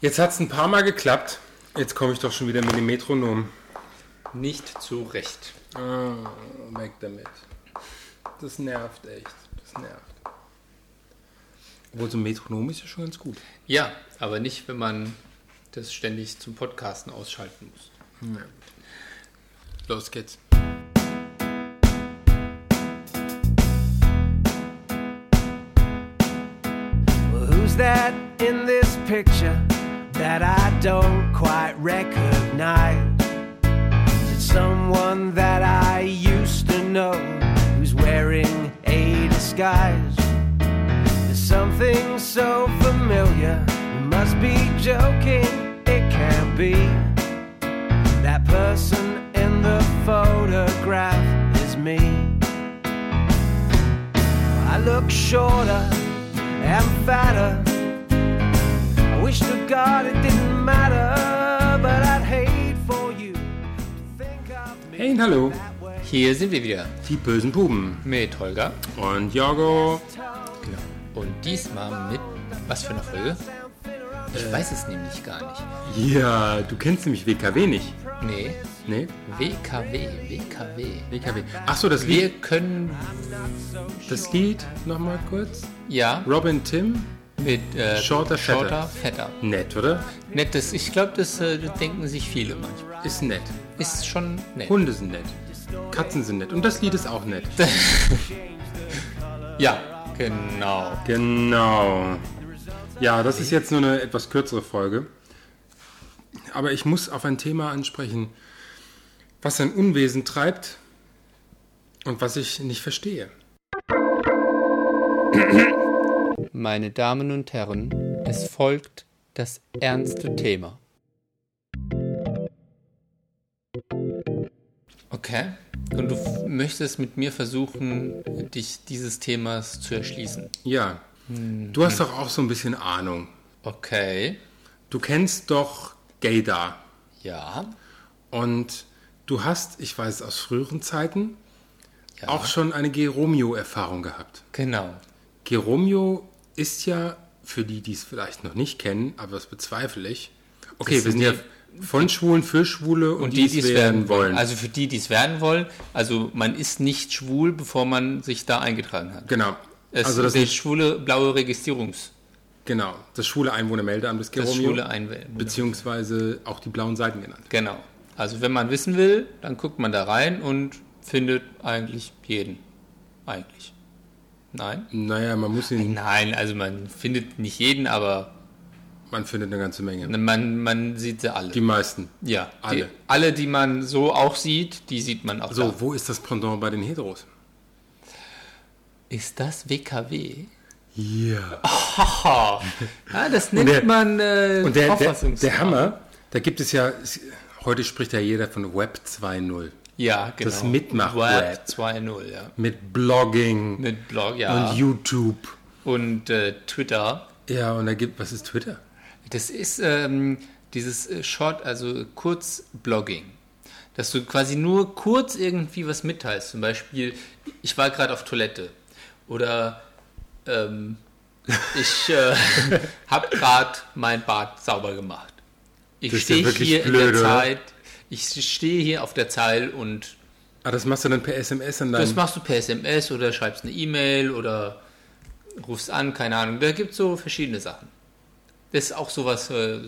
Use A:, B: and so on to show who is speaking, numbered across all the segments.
A: Jetzt hat es ein paar Mal geklappt. Jetzt komme ich doch schon wieder mit dem Metronom.
B: Nicht zurecht.
A: Ah, weg damit. Das nervt echt. Das nervt. Obwohl so ein Metronom ist ja schon ganz gut.
B: Ja, aber nicht, wenn man das ständig zum Podcasten ausschalten muss. Los geht's.
C: Well, who's that in this picture that I don't quite recognize? Is it someone that I used to know who's wearing a disguise? There's something so familiar, you must be joking, it can't be. That person in the photograph is me. I look shorter and fatter. I wish to God it didn't matter, but I'd hate for you to think of me
A: Hey, und hallo.
C: that way.
B: Hier sind wir wieder
A: Die bösen Buben.
B: mit Holger
A: Und Jorgo.
B: und diesmal mit was für einer Folge? Ich weiß es nämlich gar nicht.
A: Ja, du kennst nämlich WKW nicht.
B: Nee,
A: Nee?
B: WKW, WKW.
A: WKW. Achso, das Lied.
B: Wir können,
A: Das Lied nochmal kurz.
B: ja,
A: Robin Tim.
B: mit äh,
A: Shorter, fetter.
B: Shorter, fetter.
A: Nett, oder?
B: Nett, das, ich glaube, das äh, denken sich viele manchmal.
A: Ist nett.
B: Ist schon nett.
A: Hunde sind nett. Katzen sind nett. Und das Lied ist auch nett.
B: Ja, genau.
A: Genau. Ja, das ist jetzt nur eine etwas kürzere Folge. Aber ich muss auf ein Thema ansprechen, was ein Unwesen treibt und was ich nicht verstehe.
B: Meine Damen und Herren, es folgt das ernste Thema. Okay. Und du f- möchtest mit mir versuchen, dich dieses Themas zu erschließen.
A: Ja, du hast doch auch so ein bisschen Ahnung.
B: Okay.
A: Du kennst doch Gaydar.
B: Ja.
A: Und du hast, ich weiß aus früheren Zeiten, auch schon eine Geromeo-Erfahrung gehabt.
B: Genau.
A: Geromeo ist ja, für die, die es vielleicht noch nicht kennen, aber das bezweifle ich. Okay,
B: Das
A: wir sind
B: sind
A: ja von Schwulen für Schwule und,
B: Und
A: die, die es werden wollen.
B: Also für die, die es werden wollen. Also man ist nicht schwul, bevor man sich da eingetragen hat.
A: genau.
B: Es
A: also das,
B: ist schwule blaue Registrierungs.
A: genau, das schwule Einwohnermeldeamt des
B: Das
A: Geromeo,
B: schwule Einwählen.
A: beziehungsweise auch die blauen Seiten genannt.
B: Genau. Also wenn man wissen will, dann guckt man da rein und findet eigentlich jeden. Eigentlich. Nein?
A: Naja, man muss ihn,
B: Nein, also man findet nicht jeden, aber
A: man findet eine ganze Menge.
B: man, man sieht sie alle.
A: Die meisten.
B: ja,
A: alle.
B: Die, alle, die man so auch sieht, die sieht man auch
A: So,
B: da.
A: wo ist das Pendant bei den Heteros?
B: Ist das WKW?
A: Ja.
B: Ja, Ah, das nennt
A: Oh. der-
B: man äh,
A: Und der, der,
B: Auffassungs-
A: der Hammer, da gibt es ja, heute spricht ja jeder von Web 2.0.
B: Ja, genau.
A: das Mitmach-Web.
B: Web 2.0, ja.
A: Mit Blogging
B: Mit Blog, ja.
A: und
B: Und,
A: YouTube.
B: äh, Twitter.
A: Ja, und da gibt, was ist Twitter?
B: Das ist ähm, dieses äh, Short, also Kurzblogging. Dass du quasi nur kurz irgendwie was mitteilst. Zum Beispiel, ich war gerade auf Toilette. Oder ähm, ich äh, habe gerade mein Bad sauber gemacht. Ich
A: Das ist ja
B: stehe
A: wirklich
B: hier in
A: blöd, oder?
B: der Zeit. Ich stehe hier auf der Zeil und
A: Ah, das machst du dann per SMS an
B: das
A: deinem...
B: machst du per SMS oder schreibst eine E-Mail oder rufst an, keine Ahnung. Da gibt es so verschiedene Sachen. Das ist auch sowas, äh,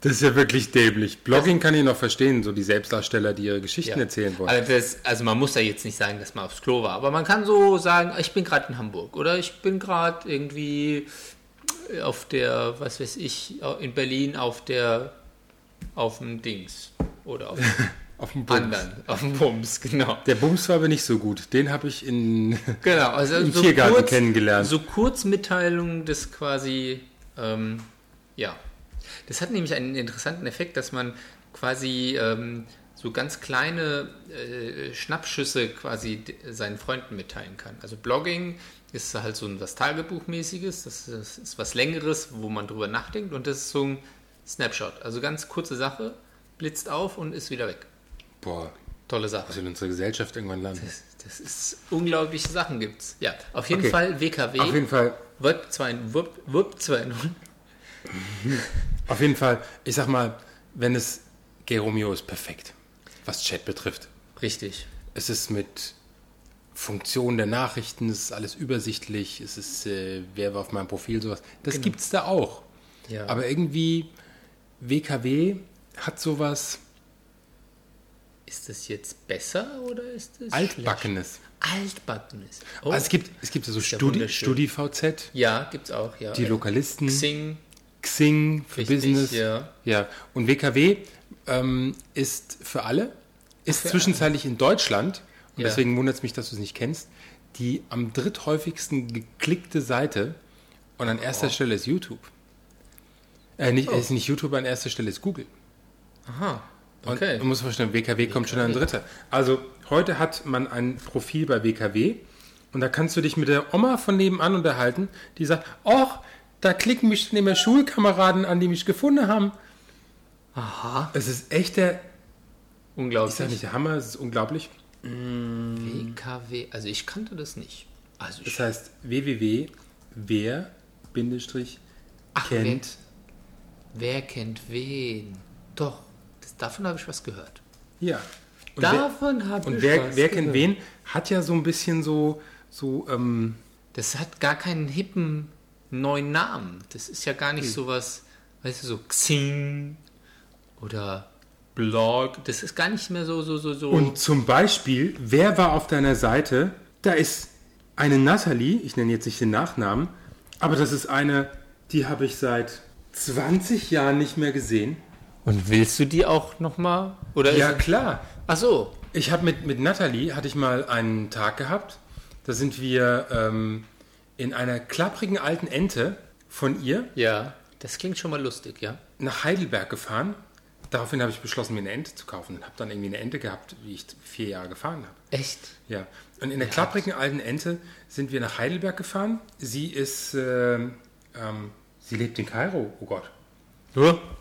A: Das ist ja wirklich dämlich. Blogging kann ich noch verstehen, so die Selbstdarsteller, die ihre Geschichten erzählen wollen.
B: Also, das, also man muss ja jetzt nicht sagen, dass man aufs Klo war, aber man kann so sagen, ich bin gerade in Hamburg oder ich bin gerade irgendwie auf der, was weiß ich, in Berlin auf der, auf dem Dings oder auf dem
A: Auf dem Bums.
B: anderen, auf dem Bums, genau.
A: Der Bums war aber nicht so gut. Den habe ich in...
B: Genau, also
A: Im Tiergarten kennengelernt.
B: So Kurzmitteilungen, das quasi, ähm, ja. Das hat nämlich einen interessanten Effekt, dass man quasi ähm, so ganz kleine äh, Schnappschüsse quasi d- seinen Freunden mitteilen kann. Also Blogging ist halt so ein was Tagebuchmäßiges, das ist, ist was Längeres, wo man drüber nachdenkt und das ist so ein Snapshot. Also ganz kurze Sache, blitzt auf und ist wieder weg.
A: Boah,
B: Tolle Sache.
A: was in unserer Gesellschaft irgendwann landen.
B: Das, das ist unglaubliche Sachen gibt's. Ja, auf jeden
A: Okay.
B: Fall WKW.
A: Auf jeden Fall,
B: Web 2, Web, Web 2.0.
A: Auf jeden Fall, ich sag mal, wenn es Geromeo ist perfekt, was Chat betrifft.
B: Richtig.
A: Es ist mit Funktion der Nachrichten, es ist alles übersichtlich, es ist, äh, wer war auf meinem Profil, sowas. Das
B: Genau.
A: gibt's da auch.
B: Ja.
A: Aber irgendwie, WKW hat sowas
B: ist das jetzt besser oder ist es
A: Altbackenes.
B: schlecht? Altbackenes. Oh.
A: Also es gibt, es gibt so
B: ja
A: Studi,
B: wunderschön.
A: StudiVZ,
B: ja, gibt's auch, ja.
A: die Lokalisten,
B: Xing,
A: Xing für
B: Richtig,
A: Business.
B: ja.
A: ja. Und WKW ähm, ist für alle, ist
B: Für
A: zwischenzeitlich in Deutschland, und
B: Ja.
A: deswegen wundert es mich, dass du es nicht kennst, die am dritthäufigsten geklickte Seite und an
B: Oh.
A: erster Stelle ist YouTube. Äh, nicht, ist nicht YouTube, an erster Stelle ist Google.
B: Aha.
A: Und um
B: Okay.
A: man muss verstehen, WKW kommt schon an dritter. Also heute hat man ein Profil bei WKW und da kannst du dich mit der Oma von nebenan unterhalten, die sagt, ach, da klicken mich schon immer Schulkameraden an, die mich gefunden haben.
B: Aha.
A: Es ist echt der, ich sag
B: Unglaublich.
A: nicht der Hammer, es ist unglaublich.
B: WKW, also ich kannte das nicht. Also ich,
A: Das heißt www, wer, Bindestrich, kennt.
B: wer kennt wen? Doch, das, davon habe ich was gehört.
A: Ja. Und wer,
B: davon habe ich
A: und
B: was
A: wer, wer kennt
B: gehört.
A: wen, hat ja so ein bisschen so, so ähm,
B: Das hat gar keinen hippen neuen Namen. Das ist ja gar nicht
A: Hm.
B: sowas, weißt du, so Xing oder Blog. Das ist gar nicht mehr so, so, so, so.
A: Und zum Beispiel, wer war auf deiner Seite? Da ist eine Natalie, ich nenne jetzt nicht den Nachnamen, aber das ist eine, die habe ich seit 20 Jahren nicht mehr gesehen.
B: Und willst du die auch nochmal? Oder
A: Ja,
B: ist es-
A: klar.
B: Ach so.
A: Ich habe mit, mit Natalie, hatte ich mal einen Tag gehabt. Da sind wir ähm, in einer klapprigen alten Ente von ihr
B: Ja. Das klingt schon mal lustig, ja.
A: nach Heidelberg gefahren. Daraufhin habe ich beschlossen, mir eine Ente zu kaufen und habe dann irgendwie eine Ente gehabt, wie ich vier Jahre gefahren habe.
B: Echt?
A: Ja, und in der klapprigen alten Ente sind wir nach Heidelberg gefahren. Sie ist, ähm, ähm, sie lebt in Kairo, oh Gott.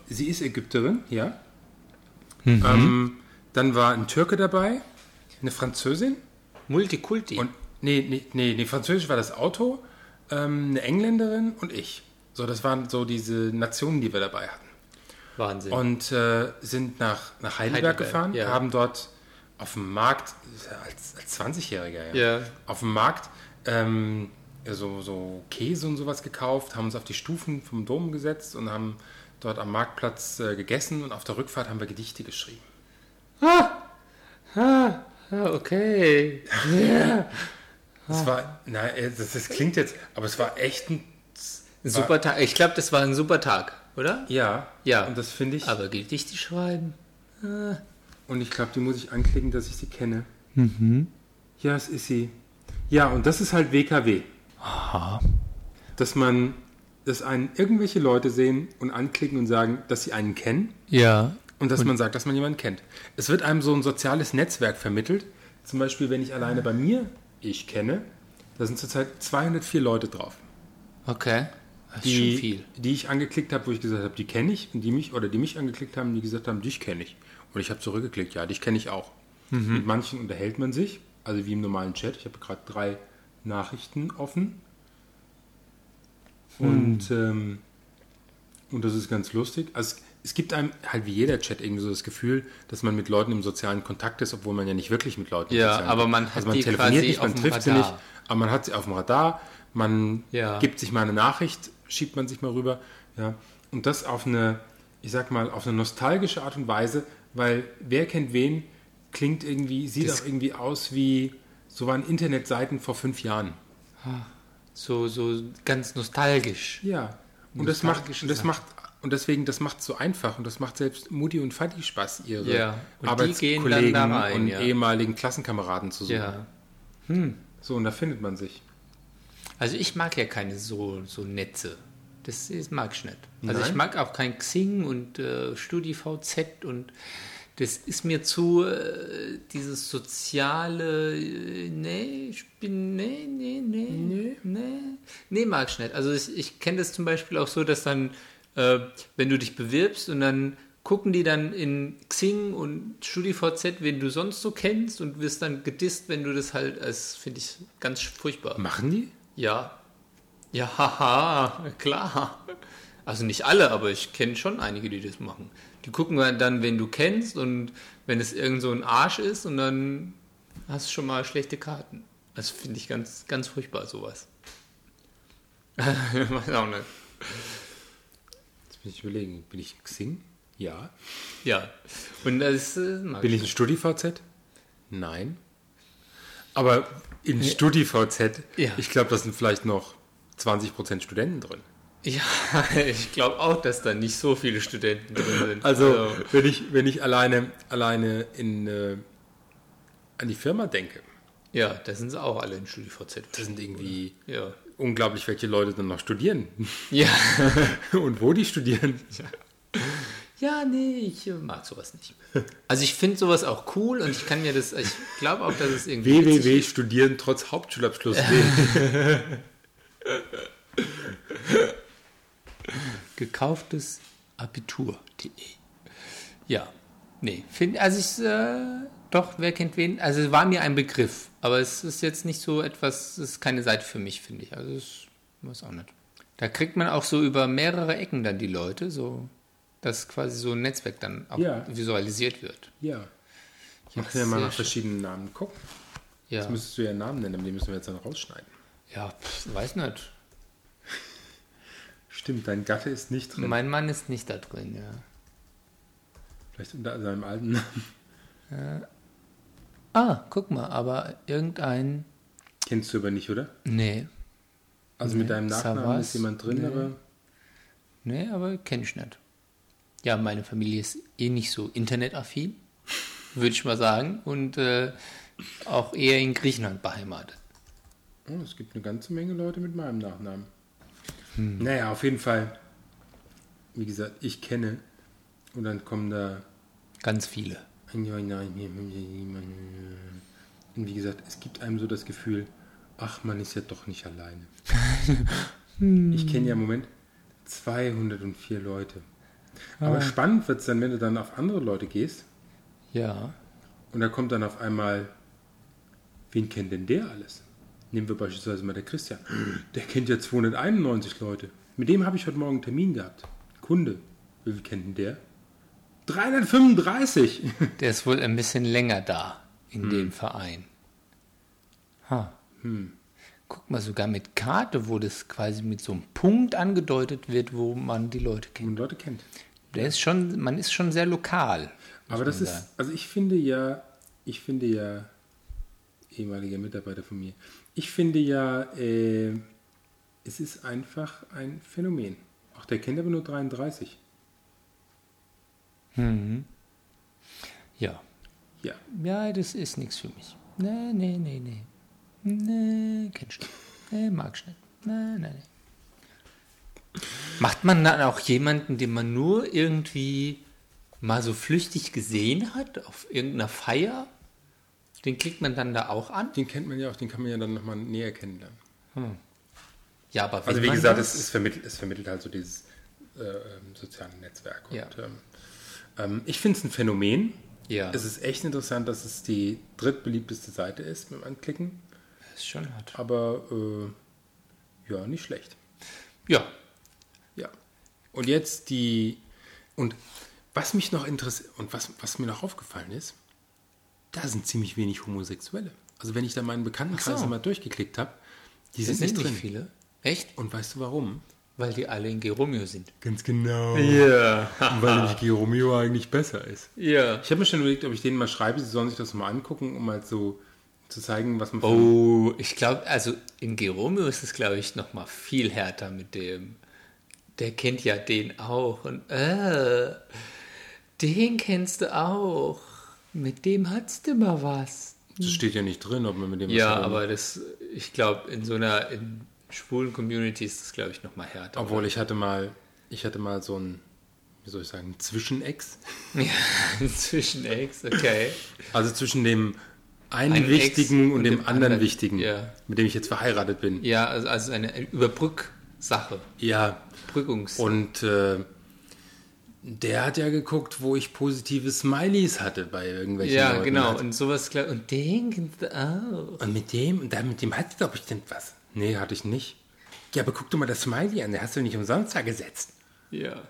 A: Sie ist Ägypterin, ja. Ähm, dann war ein Türke dabei, eine Französin
B: Multikulti.
A: und, nee, nee, nee, nee Französisch war das Auto, ähm, eine Engländerin und ich. So, das waren so diese Nationen, die wir dabei hatten
B: Wahnsinn.
A: und äh, sind nach, nach Heidelberg,
B: Heidelberg,
A: gefahren,
B: ja.
A: haben dort auf dem Markt, als, als 20-Jähriger,
B: Ja.
A: auf dem Markt ähm, so, so Käse und sowas gekauft, haben uns auf die Stufen vom Dom gesetzt und haben dort am Marktplatz äh, gegessen und auf der Rückfahrt haben wir Gedichte geschrieben.
B: ah, okay. Ah.
A: Das war, na, äh, das, das klingt jetzt, aber es war echt ein,
B: Super Tag. Ich glaube, das war ein super Tag, oder?
A: ja,
B: Ja. Ah,
A: und das finde ich,
B: Aber Gedichte schreiben.
A: und ich glaube, die muss ich anklicken, dass ich sie kenne. Ja, es ist sie. Ja, und das ist halt WKW.
B: Aha.
A: dass man, dass einen irgendwelche Leute sehen und anklicken und sagen, dass sie einen kennen
B: Ja.
A: und dass man sagt, dass man jemanden kennt. Es wird einem so ein soziales Netzwerk vermittelt. Zum Beispiel, wenn ich alleine bei mir, ich kenne, da sind zurzeit 204 Leute drauf,
B: Okay. Das ist
A: die,
B: schon viel.
A: die ich angeklickt habe, wo ich gesagt habe, die kenne ich und die mich oder die mich angeklickt haben, die gesagt haben, dich kenne ich. Und ich habe zurückgeklickt, ja, dich kenne ich auch.
B: Mhm.
A: Mit manchen unterhält man sich, also wie im normalen Chat. Ich habe gerade drei Nachrichten offen.
B: Hm.
A: Und, ähm, und das ist ganz lustig. Also es, es gibt einem halt wie jeder Chat irgendwie so das Gefühl, dass man mit Leuten im sozialen Kontakt ist, obwohl man ja nicht wirklich mit Leuten im
B: Ja,
A: sozialen
B: aber man
A: Kontakt-
B: hat die quasi auf dem
A: sie
B: Radar.
A: nicht, aber man hat sie auf dem Radar, man
B: Ja.
A: gibt sich mal eine Nachricht, schiebt man sich mal rüber. Ja. Und das auf eine, ich sag mal, auf eine nostalgische Art und Weise, weil wer kennt wen, klingt irgendwie, sieht
B: Das-
A: auch irgendwie aus wie, so waren Internetseiten vor fünf Jahren.
B: So, so ganz nostalgisch.
A: Ja. Und das macht,
B: Nostalgische
A: und das
B: Sachen.
A: macht, und deswegen, das macht so einfach und das macht selbst Mutti und Fadi Spaß, ihre
B: Ja. Und die gehen dann
A: Arbeitskollegen
B: da rein,
A: und
B: ja.
A: ehemaligen Klassenkameraden zu suchen.
B: Ja.
A: So, und da findet man sich.
B: Also ich mag ja keine so, so Netze. Das ist, mag ich nicht. Also ich
A: Nein?
B: mag auch kein Xing und äh, StudiVZ und das ist mir zu äh, dieses soziale äh, nee, ich bin nee, nee, nee, nee, nee, nee mag ich nicht. Also ich, ich kenne das zum Beispiel auch so, dass dann äh, wenn du dich bewirbst und dann gucken die dann in Xing und StudiVZ, wen du sonst so kennst und wirst dann gedisst, wenn du das halt, das finde ich ganz furchtbar.
A: Machen die?
B: Ja. Ja, haha, klar. Also nicht alle, aber ich kenne schon einige, die das machen. Die gucken halt dann, wen du kennst und wenn es irgend so ein Arsch ist und dann hast du schon mal schlechte Karten. Das finde ich ganz, ganz furchtbar, sowas. Weiß auch nicht.
A: Jetzt muss ich überlegen, bin ich Xing? Ja.
B: Ja. Und das äh, mag
A: Bin ich ein StudiVZ? Nein. Aber in StudiVZ,
B: Ja.
A: ich glaube, das sind vielleicht noch 20% Studenten drin.
B: Ja, ich glaube auch, dass da nicht so viele Studenten drin sind.
A: Also, wenn ich, wenn ich alleine, alleine in, äh, an die Firma denke,
B: ja, da sind sie auch alle in StudiVZ.
A: das sind irgendwie
B: Ja.
A: unglaublich, welche Leute dann noch studieren
B: Ja.
A: und wo die studieren.
B: Ja, nee, ich äh, mag sowas nicht. Also ich finde sowas auch cool und ich kann mir das, ich glaube auch, dass es irgendwie witzig
A: www studieren trotz Hauptschulabschluss.
B: gekauftes Abitur.de. Ja, nee, find, also ich, äh, doch, wer kennt wen? Also es war mir ein Begriff, aber es ist jetzt nicht so etwas, es ist keine Seite für mich, finde ich. Also es weiß auch nicht. Da kriegt man auch so über mehrere Ecken dann die Leute, so dass quasi so ein Netzwerk dann auch
A: Ja.
B: visualisiert wird.
A: ja. Ich
B: Ja,
A: muss ja mal
B: sehr
A: nach
B: schön.
A: verschiedenen Namen gucken.
B: Ja,
A: Jetzt müsstest du ja Namen nennen, aber die müssen wir jetzt dann rausschneiden.
B: ja pf, weiß nicht.
A: Stimmt, dein Gatte ist nicht drin.
B: Mein Mann ist nicht da drin, ja.
A: Vielleicht unter seinem alten Namen.
B: Ah, guck mal, aber irgendein.
A: Kennst du aber nicht, oder?
B: Nee,
A: Also mit deinem Nachnamen
B: Savas?
A: ist jemand drin,
B: Nee.
A: aber
B: Nee, aber kenne ich nicht. Ja, meine Familie ist eh nicht so internetaffin, würde ich mal sagen. Und äh, auch eher in Griechenland beheimatet.
A: oh, es gibt eine ganze Menge Leute mit meinem Nachnamen.
B: Hm.
A: Naja, auf jeden Fall. Wie gesagt, ich kenne. Und dann kommen da
B: Ganz viele.
A: Und wie gesagt, es gibt einem so das Gefühl, ach, man ist ja doch nicht alleine.
B: Hm.
A: ich kenne ja im Moment 204 Leute. Aber
B: Ah.
A: spannend wird es dann, wenn du dann auf andere Leute gehst
B: Ja.
A: und da kommt dann auf einmal, wen kennt denn der alles? Nehmen wir beispielsweise mal der Christian. Der kennt ja 291 Leute. Mit dem habe ich heute Morgen einen Termin gehabt. Kunde. Wie viel kennt denn der? 335!
B: Der ist wohl ein bisschen länger da in
A: Hm.
B: dem Verein. Ha.
A: Hm.
B: Guck mal, sogar mit Karte, wo das quasi mit so einem Punkt angedeutet wird, wo man die Leute kennt.
A: Und Leute kennt.
B: Der ist schon, man ist schon sehr lokal.
A: Aber das ist, also ich finde ja, ich finde ja, ehemaliger Mitarbeiter von mir, ich finde ja, äh, es ist einfach ein Phänomen. Ach, der kennt aber nur 33.
B: Ja.
A: Ja,
B: Ja, das ist nichts für mich. Nee, nee, nee, nee. Nee, kennst du nicht. Nee, mag ich nicht. Nee, nee, nee. Macht man dann auch jemanden, den man nur irgendwie mal so flüchtig gesehen hat, auf irgendeiner Feier? Den klickt man dann da auch an?
A: den kennt man ja auch, den kann man ja dann nochmal näher kennenlernen.
B: Ja, aber
A: Also
B: will
A: wie
B: man
A: gesagt,
B: das?
A: es, es, vermittelt, es vermittelt halt so dieses äh, ähm, soziale Netzwerk. Und,
B: Ja.
A: ähm, ähm, ich finde es ein Phänomen.
B: Ja.
A: Es ist echt interessant, dass es die drittbeliebteste Seite ist mit dem Anklicken,
B: Das ist schon hart.
A: aber äh, ja, nicht schlecht.
B: Ja,
A: Ja. Und jetzt die. Und was mich noch interessiert und was, was mir noch aufgefallen ist, da sind ziemlich wenig Homosexuelle. Also wenn ich da meinen Bekanntenkreis
B: so.
A: mal durchgeklickt habe, die sind,
B: das sind
A: nicht
B: nicht
A: drin.
B: viele. Echt?
A: Und weißt du warum?
B: Weil die alle in Geromeo sind.
A: Ganz genau.
B: Ja.
A: Weil nämlich Geromeo eigentlich besser ist.
B: Ja.
A: Ich habe mir schon überlegt, ob ich denen mal schreibe, sie sollen sich das mal angucken, um halt so zu zeigen, was man für-
B: Oh, ich glaube, also in Geromeo ist es, glaube ich, noch mal viel härter mit dem. Der kennt ja den auch. Und äh, den kennst du auch. Mit dem hattest du mal was.
A: Das steht ja nicht drin, ob man mit dem was
B: Ja,
A: hat oder nicht.
B: aber das, ich glaube, in so einer in schwulen Community ist das, glaube ich, noch mal härter.
A: Obwohl ich hatte mal, ich hatte mal so ein, wie soll ich sagen, Zwischenex.
B: Ja, zwischen Ex, okay.
A: Also zwischen dem einen
B: Einem Ex
A: wichtigen und,
B: und
A: dem,
B: dem
A: anderen,
B: anderen,
A: wichtigen,
B: ja.
A: mit dem ich jetzt verheiratet bin.
B: Ja, also, also eine Überbrücksache.
A: Ja.
B: Brückungs.
A: Und äh, der hat ja geguckt, wo ich positive Smileys hatte bei irgendwelchen
B: ja,
A: Leuten.
B: genau.
A: Halt.
B: Und sowas, glaub, und den kennst du auch.
A: Und mit dem, und dann mit dem hatte ich doch bestimmt was. Nee, hatte ich nicht. Ja, aber guck dir mal das Smiley an, der hast du nicht umsonst da gesetzt.
B: Ja.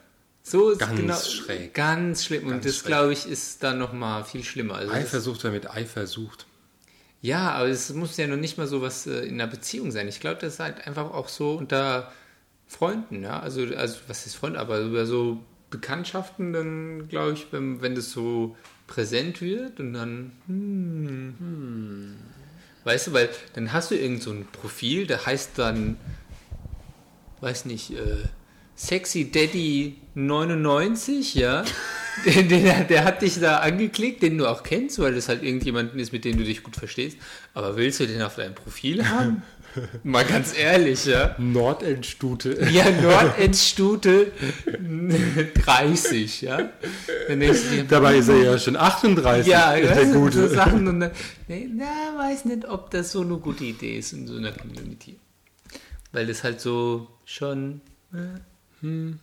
B: So ist
A: Ganz
B: genau,
A: schräg.
B: Ganz schlimm. Und
A: Ganz
B: das,
A: schräg.
B: glaube ich, ist dann nochmal viel schlimmer. Also das-
A: Eifersucht damit Eifersucht.
B: Ja, aber es muss ja noch nicht mal so was äh, in einer Beziehung sein. Ich glaube, das ist halt einfach auch so unter Freunden, ja. Also, also was ist Freund, aber über so Bekanntschaften, dann glaube ich, wenn, wenn das so präsent wird und dann, hm, hm.
A: Hm.
B: Weißt du, weil dann hast du irgend so ein Profil, da heißt dann, weiß nicht, äh, Sexy Daddy 99, ja. Der, der, der hat dich da angeklickt, den du auch kennst, weil das halt irgendjemanden ist, mit dem du dich gut verstehst. Aber willst du den auf deinem Profil haben? Mal ganz ehrlich, ja.
A: Nordendstute.
B: Ja, Nordendstute 30, ja. Dann denkst du dir,
A: Dabei ist er ja schon 38.
B: ja,
A: der
B: weißt du, so
A: Gute.
B: Sachen und dann, nee, na, weiß nicht, ob das so eine gute Idee ist in so einer Community. Weil das halt so schon, äh, hm,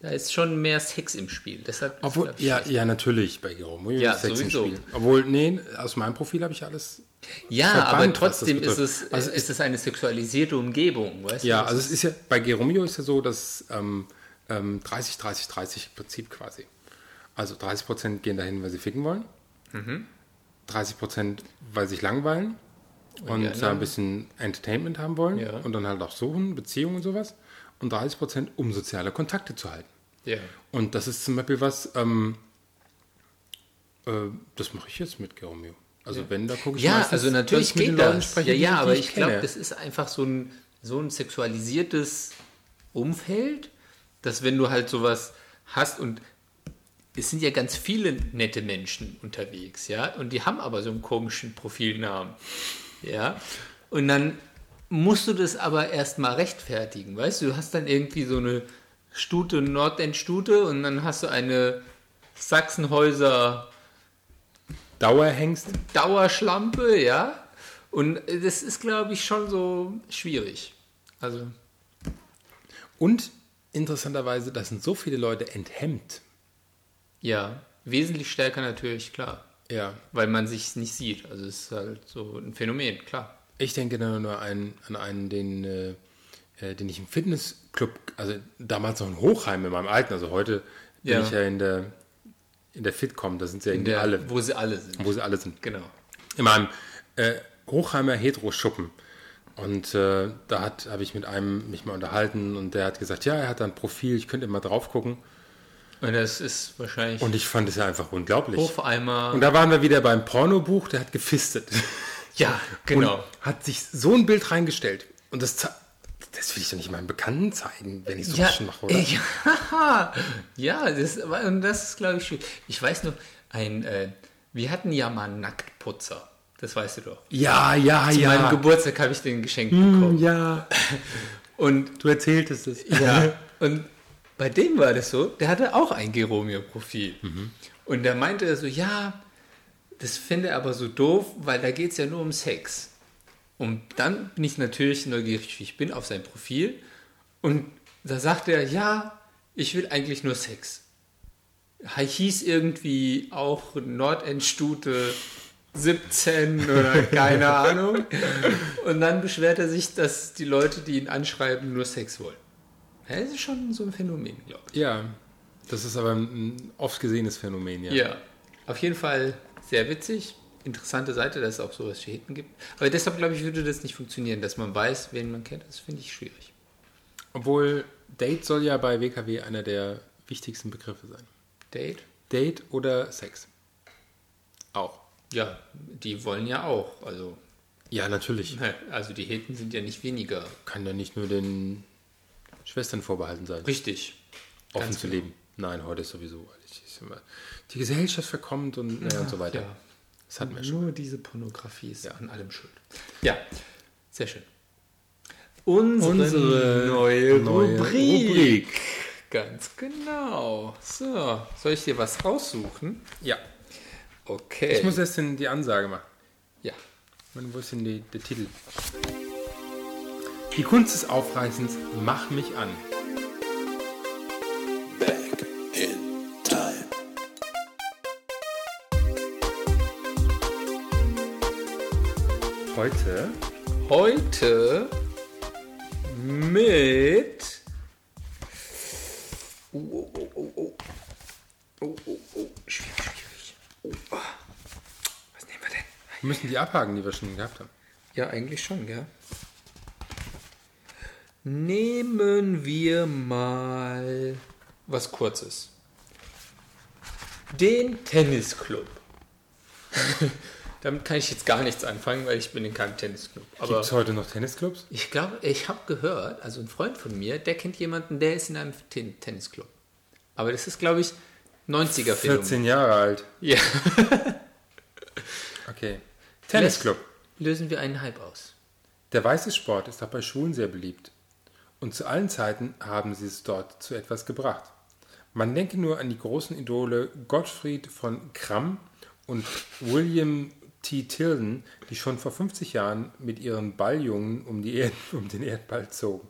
B: da ist schon mehr Sex im Spiel. Deshalb
A: Obwohl,
B: glaub ich,
A: ja, ja, natürlich bei Jerome.
B: Ja,
A: Sex im
B: sowieso.
A: Spiel. Obwohl, nee, aus meinem Profil habe ich alles.
B: ja aber
A: verbannt, halt was das
B: trotzdem ist
A: betrifft.
B: es,
A: Also
B: ist es eine sexualisierte Umgebung, weißt
A: Ja,
B: du?
A: also es ist ja, bei Geromeo ist ja so, dass ähm, ähm, 30, 30, 30 Prinzip quasi. Also 30 Prozent gehen dahin, weil sie ficken wollen.
B: Mhm.
A: 30 Prozent, weil sie sich langweilen und
B: die
A: da
B: anderen?
A: ein bisschen Entertainment haben wollen
B: Ja.
A: und dann halt auch suchen, Beziehungen und sowas. Und 30 Prozent, um soziale Kontakte zu halten.
B: ja.
A: Und das ist zum Beispiel was, ähm, äh, das mache ich jetzt mit Geromeo. Also wenn, da gucke ich
B: Ja,
A: meistens,
B: also
A: dass
B: natürlich
A: ich mit den
B: geht
A: Leuten
B: das.
A: spreche,
B: ja,
A: die-
B: ja,
A: die
B: aber ich glaube,
A: kenne.
B: das ist einfach so ein, so ein sexualisiertes Umfeld, dass wenn du halt sowas hast und es sind ja ganz viele nette Menschen unterwegs, ja, und die haben aber so einen komischen Profilnamen, ja, und dann musst du das aber erstmal rechtfertigen, weißt du, du hast dann irgendwie so eine Stute, Nordendstute und dann hast du eine Sachsenhäuser
A: Dauerhengst.
B: Dauerschlampe, ja. Und das ist, glaube ich, schon so schwierig. Also,
A: Und interessanterweise, das sind so viele Leute enthemmt.
B: ja, wesentlich stärker natürlich, klar.
A: Ja.
B: Weil man sich nicht sieht. Also, es ist halt so ein Phänomen, klar.
A: Ich denke da nur an, an einen, den, äh, äh, den ich im Fitnessclub, also damals noch in Hochheim in meinem Alten, also heute bin
B: Ja.
A: ich ja in der, in der Fitcom, da sind sie ja irgendwie
B: Der,
A: alle,
B: Wo sie alle sind.
A: wo sie alle sind.
B: Genau.
A: in meinem äh, Hochheimer Hetero-Schuppen. Und äh, da hat- habe ich mit einem mich mal unterhalten und der hat gesagt, ja, er hat da ein Profil, ich könnte immer drauf gucken.
B: Und das ist wahrscheinlich
A: Und ich fand es ja einfach unglaublich.
B: Hofeimer.
A: Und da waren wir wieder beim Pornobuch, der hat gefistet.
B: ja, genau.
A: Und hat sich so ein Bild reingestellt. Und das, ze- das will ich doch nicht meinen Bekannten zeigen, wenn ich so
B: ja,
A: schon mache, oder?
B: Ja, ja das, war- und das ist, glaube ich, schwierig. Ich weiß noch, ein, äh, wir hatten ja mal einen Nacktputzer. Das weißt du doch.
A: ja, ja,
B: Zu meinem
A: ja.
B: Geburtstag habe ich den geschenkt bekommen.
A: Ja, Hm.
B: Und
A: du erzähltest es.
B: Ja, und bei dem war das so, der hatte auch ein Geromeo-Profil. Und da meinte er so, ja, das finde er aber so doof, weil da geht es ja nur um Sex. Und dann bin ich natürlich neugierig, wie ich bin, auf sein Profil. Und da sagt er, ja, ich will eigentlich nur Sex. Er hieß irgendwie auch Nordendstute 17 oder keine Ahnung. Und dann beschwert er sich, dass die Leute, die ihn anschreiben, nur Sex wollen. Ja, Das ist schon so ein Phänomen, glaube ich.
A: Ja, das ist aber ein oft gesehenes Phänomen, ja.
B: Ja, auf jeden Fall sehr witzig. Interessante Seite, dass es auch sowas hier hinten gibt. Aber deshalb, glaube ich, würde das nicht funktionieren, dass man weiß, wen man kennt. Das finde ich schwierig.
A: Obwohl, Date soll ja bei WKW einer der wichtigsten Begriffe sein.
B: Date?
A: Date oder Sex? Auch.
B: Ja, die wollen ja auch. Also,
A: Ja, natürlich.
B: also die Heten sind ja nicht weniger.
A: Kann ja nicht nur den Schwestern vorbehalten sein,
B: Richtig.
A: offen
B: ganz
A: zu
B: genau.
A: leben. Nein, heute ist sowieso. Ich, ich, immer- die Gesellschaft verkommt und, naja, und so weiter.
B: ja.
A: Das hatten wir schon.
B: Nur diese Pornografie ist an allem schuld. Ja, sehr schön. Unsere, neue,
A: neue
B: Rubrik.
A: Rubrik.
B: Ganz genau. So, soll ich dir was raussuchen?
A: Ja.
B: Okay.
A: Ich muss erst den, die Ansage machen.
B: ja.
A: Mann, wo ist denn die, der Titel? Die Kunst des Aufreißens, mach mich an.
D: back in time.
A: Heute
B: Heute mit Oh, oh, oh, oh, oh. Oh, oh, oh. Schwierig, schwierig. Oh, oh. Was nehmen wir denn?
A: Wir müssen die abhaken, die wir schon gehabt haben.
B: Ja, eigentlich schon, gell? Nehmen wir mal was Kurzes. Den Tennisclub. Damit kann ich jetzt gar nichts anfangen, weil ich bin in keinem Tennisclub.
A: Gibt
B: Aber
A: es heute noch Tennisclubs?
B: ich glaube, ich habe gehört, also ein Freund von mir, der kennt jemanden, der ist in einem Ten Tennisclub. Aber das ist, glaube ich, 90er-Film.
A: 14 Jahre alt.
B: um. Ja.
A: Okay. Tennisclub.
B: Lösen wir einen Hype aus.
A: Der weiße Sport ist auch bei Schulen sehr beliebt. Und zu allen Zeiten haben sie es dort zu etwas gebracht. Man denke nur an die großen Idole Gottfried von Kramm und William T. Tilden, die schon vor 50 Jahren mit ihren Balljungen um, die Erd um den Erdball zogen.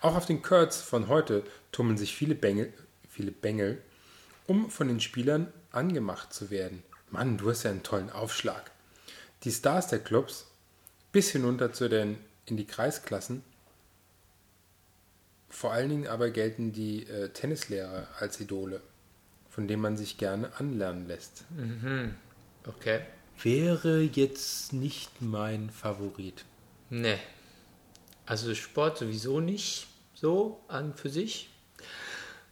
A: Auch auf den Kurz von heute tummeln sich viele Bengel, viele Bengel, um von den Spielern angemacht zu werden. Mann, du hast ja einen tollen Aufschlag. Die Stars der Clubs bis hinunter zu den in die Kreisklassen. Vor allen Dingen aber gelten die äh, Tennislehrer als Idole, von denen man sich gerne anlernen lässt.
B: Okay.
A: Wäre jetzt nicht mein Favorit.
B: Nee. Also Sport sowieso nicht so an für sich.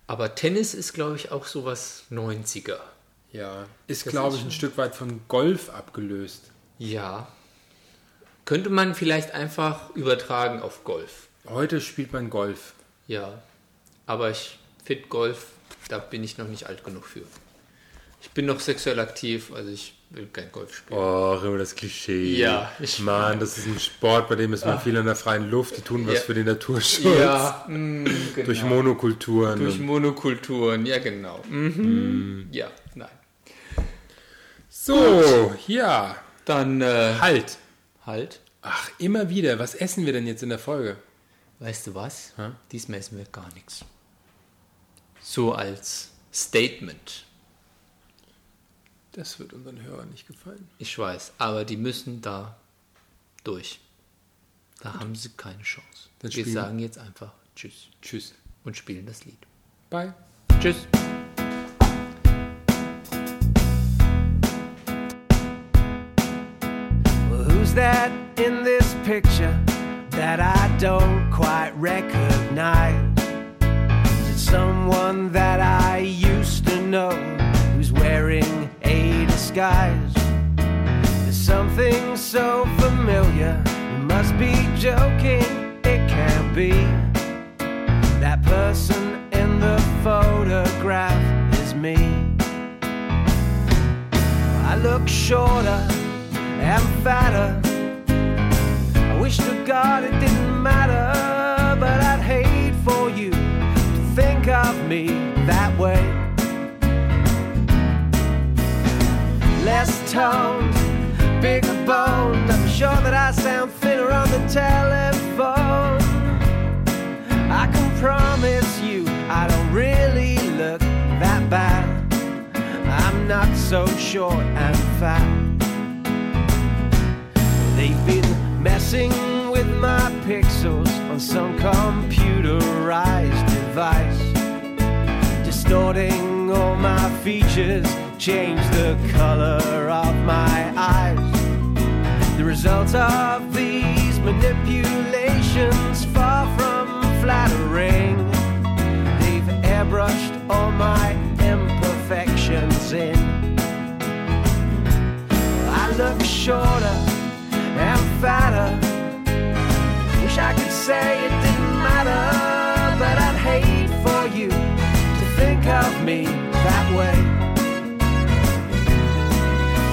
B: Aber Tennis ist, glaube ich, auch sowas 90er.
A: Ja, ist glaube ich ein Stück weit von Golf abgelöst.
B: Ja. Könnte man vielleicht einfach übertragen auf Golf.
A: Heute spielt man Golf.
B: Ja. Aber ich fit Golf, da bin ich noch nicht alt genug für. Ich bin noch sexuell aktiv, also ich will kein Golf spielen.
A: Oh, immer das Klischee.
B: Ja, ich-
A: Mann, das ist ein Sport, bei dem ist man viel in der freien Luft. Die tun was
B: Ja.
A: für den Naturschutz.
B: mh, genau.
A: Durch Monokulturen.
B: Durch
A: und-
B: Monokulturen, ja genau. Mhm. Ja, nein.
A: so, ja.
B: Dann äh,
A: Halt.
B: halt.
A: Ach, immer wieder. Was essen wir denn jetzt in der Folge?
B: Weißt du was?
A: Hä?
B: Diesmal essen wir gar nichts. So als Statement.
A: Das wird unseren Hörern nicht gefallen.
B: Ich weiß, aber die müssen da durch. Da haben sie keine Chance.
A: Dann
B: wir
A: spielen-
B: sagen jetzt einfach Tschüss
A: Tschüss.
B: und spielen das Lied.
A: Bye.
B: Tschüss.
C: Well, who's that in this picture that I don't quite recognize? Is it someone that I used to know who's wearing a disguise? There's something so familiar, you must be joking, it can't be. That person in the photograph is me. I look shorter and fatter. I wish to God it didn't matter, but I'd hate for you to think of me that way. Less toned, bigger boned. I'm sure that I sound thinner on the telephone. I can promise you, I don't really look that bad. I'm not so short and fat. They've been messing with my pixels on some computerized device, distorting all my features, change the color of my eyes. The result of these manipulations, far from flattering. They've airbrushed all my imperfections in. I look shorter and fatter. Wish I could say it didn't matter, but I'd hate for you to think of me that way.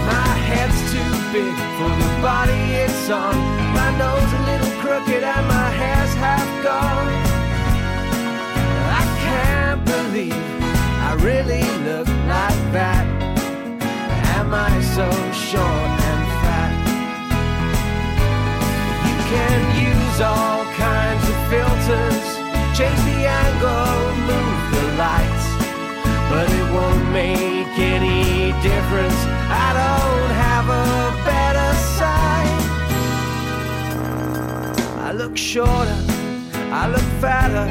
C: My head's too big for the body it's on. My nose a little crooked and my hair's half gone. I can't believe I really look like that. Am I so short and fat? You can use all kinds of filters, change the angle, move the lights, but it won't make any difference. I don't have a better sight. I look shorter, I look fatter.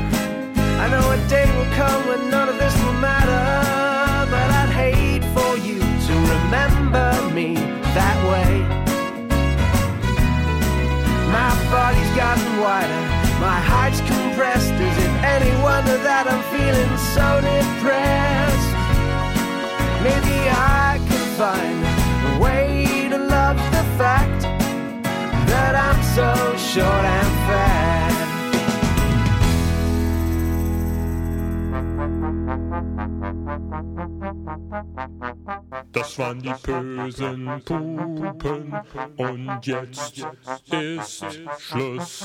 C: I know a day will come when none of gotten wider. My heart's compressed. Is it any wonder that I'm feeling so depressed? Maybe I can find a way to love the fact that I'm so short and fat.
E: Das waren die bösen Pupen und jetzt ist Schluss.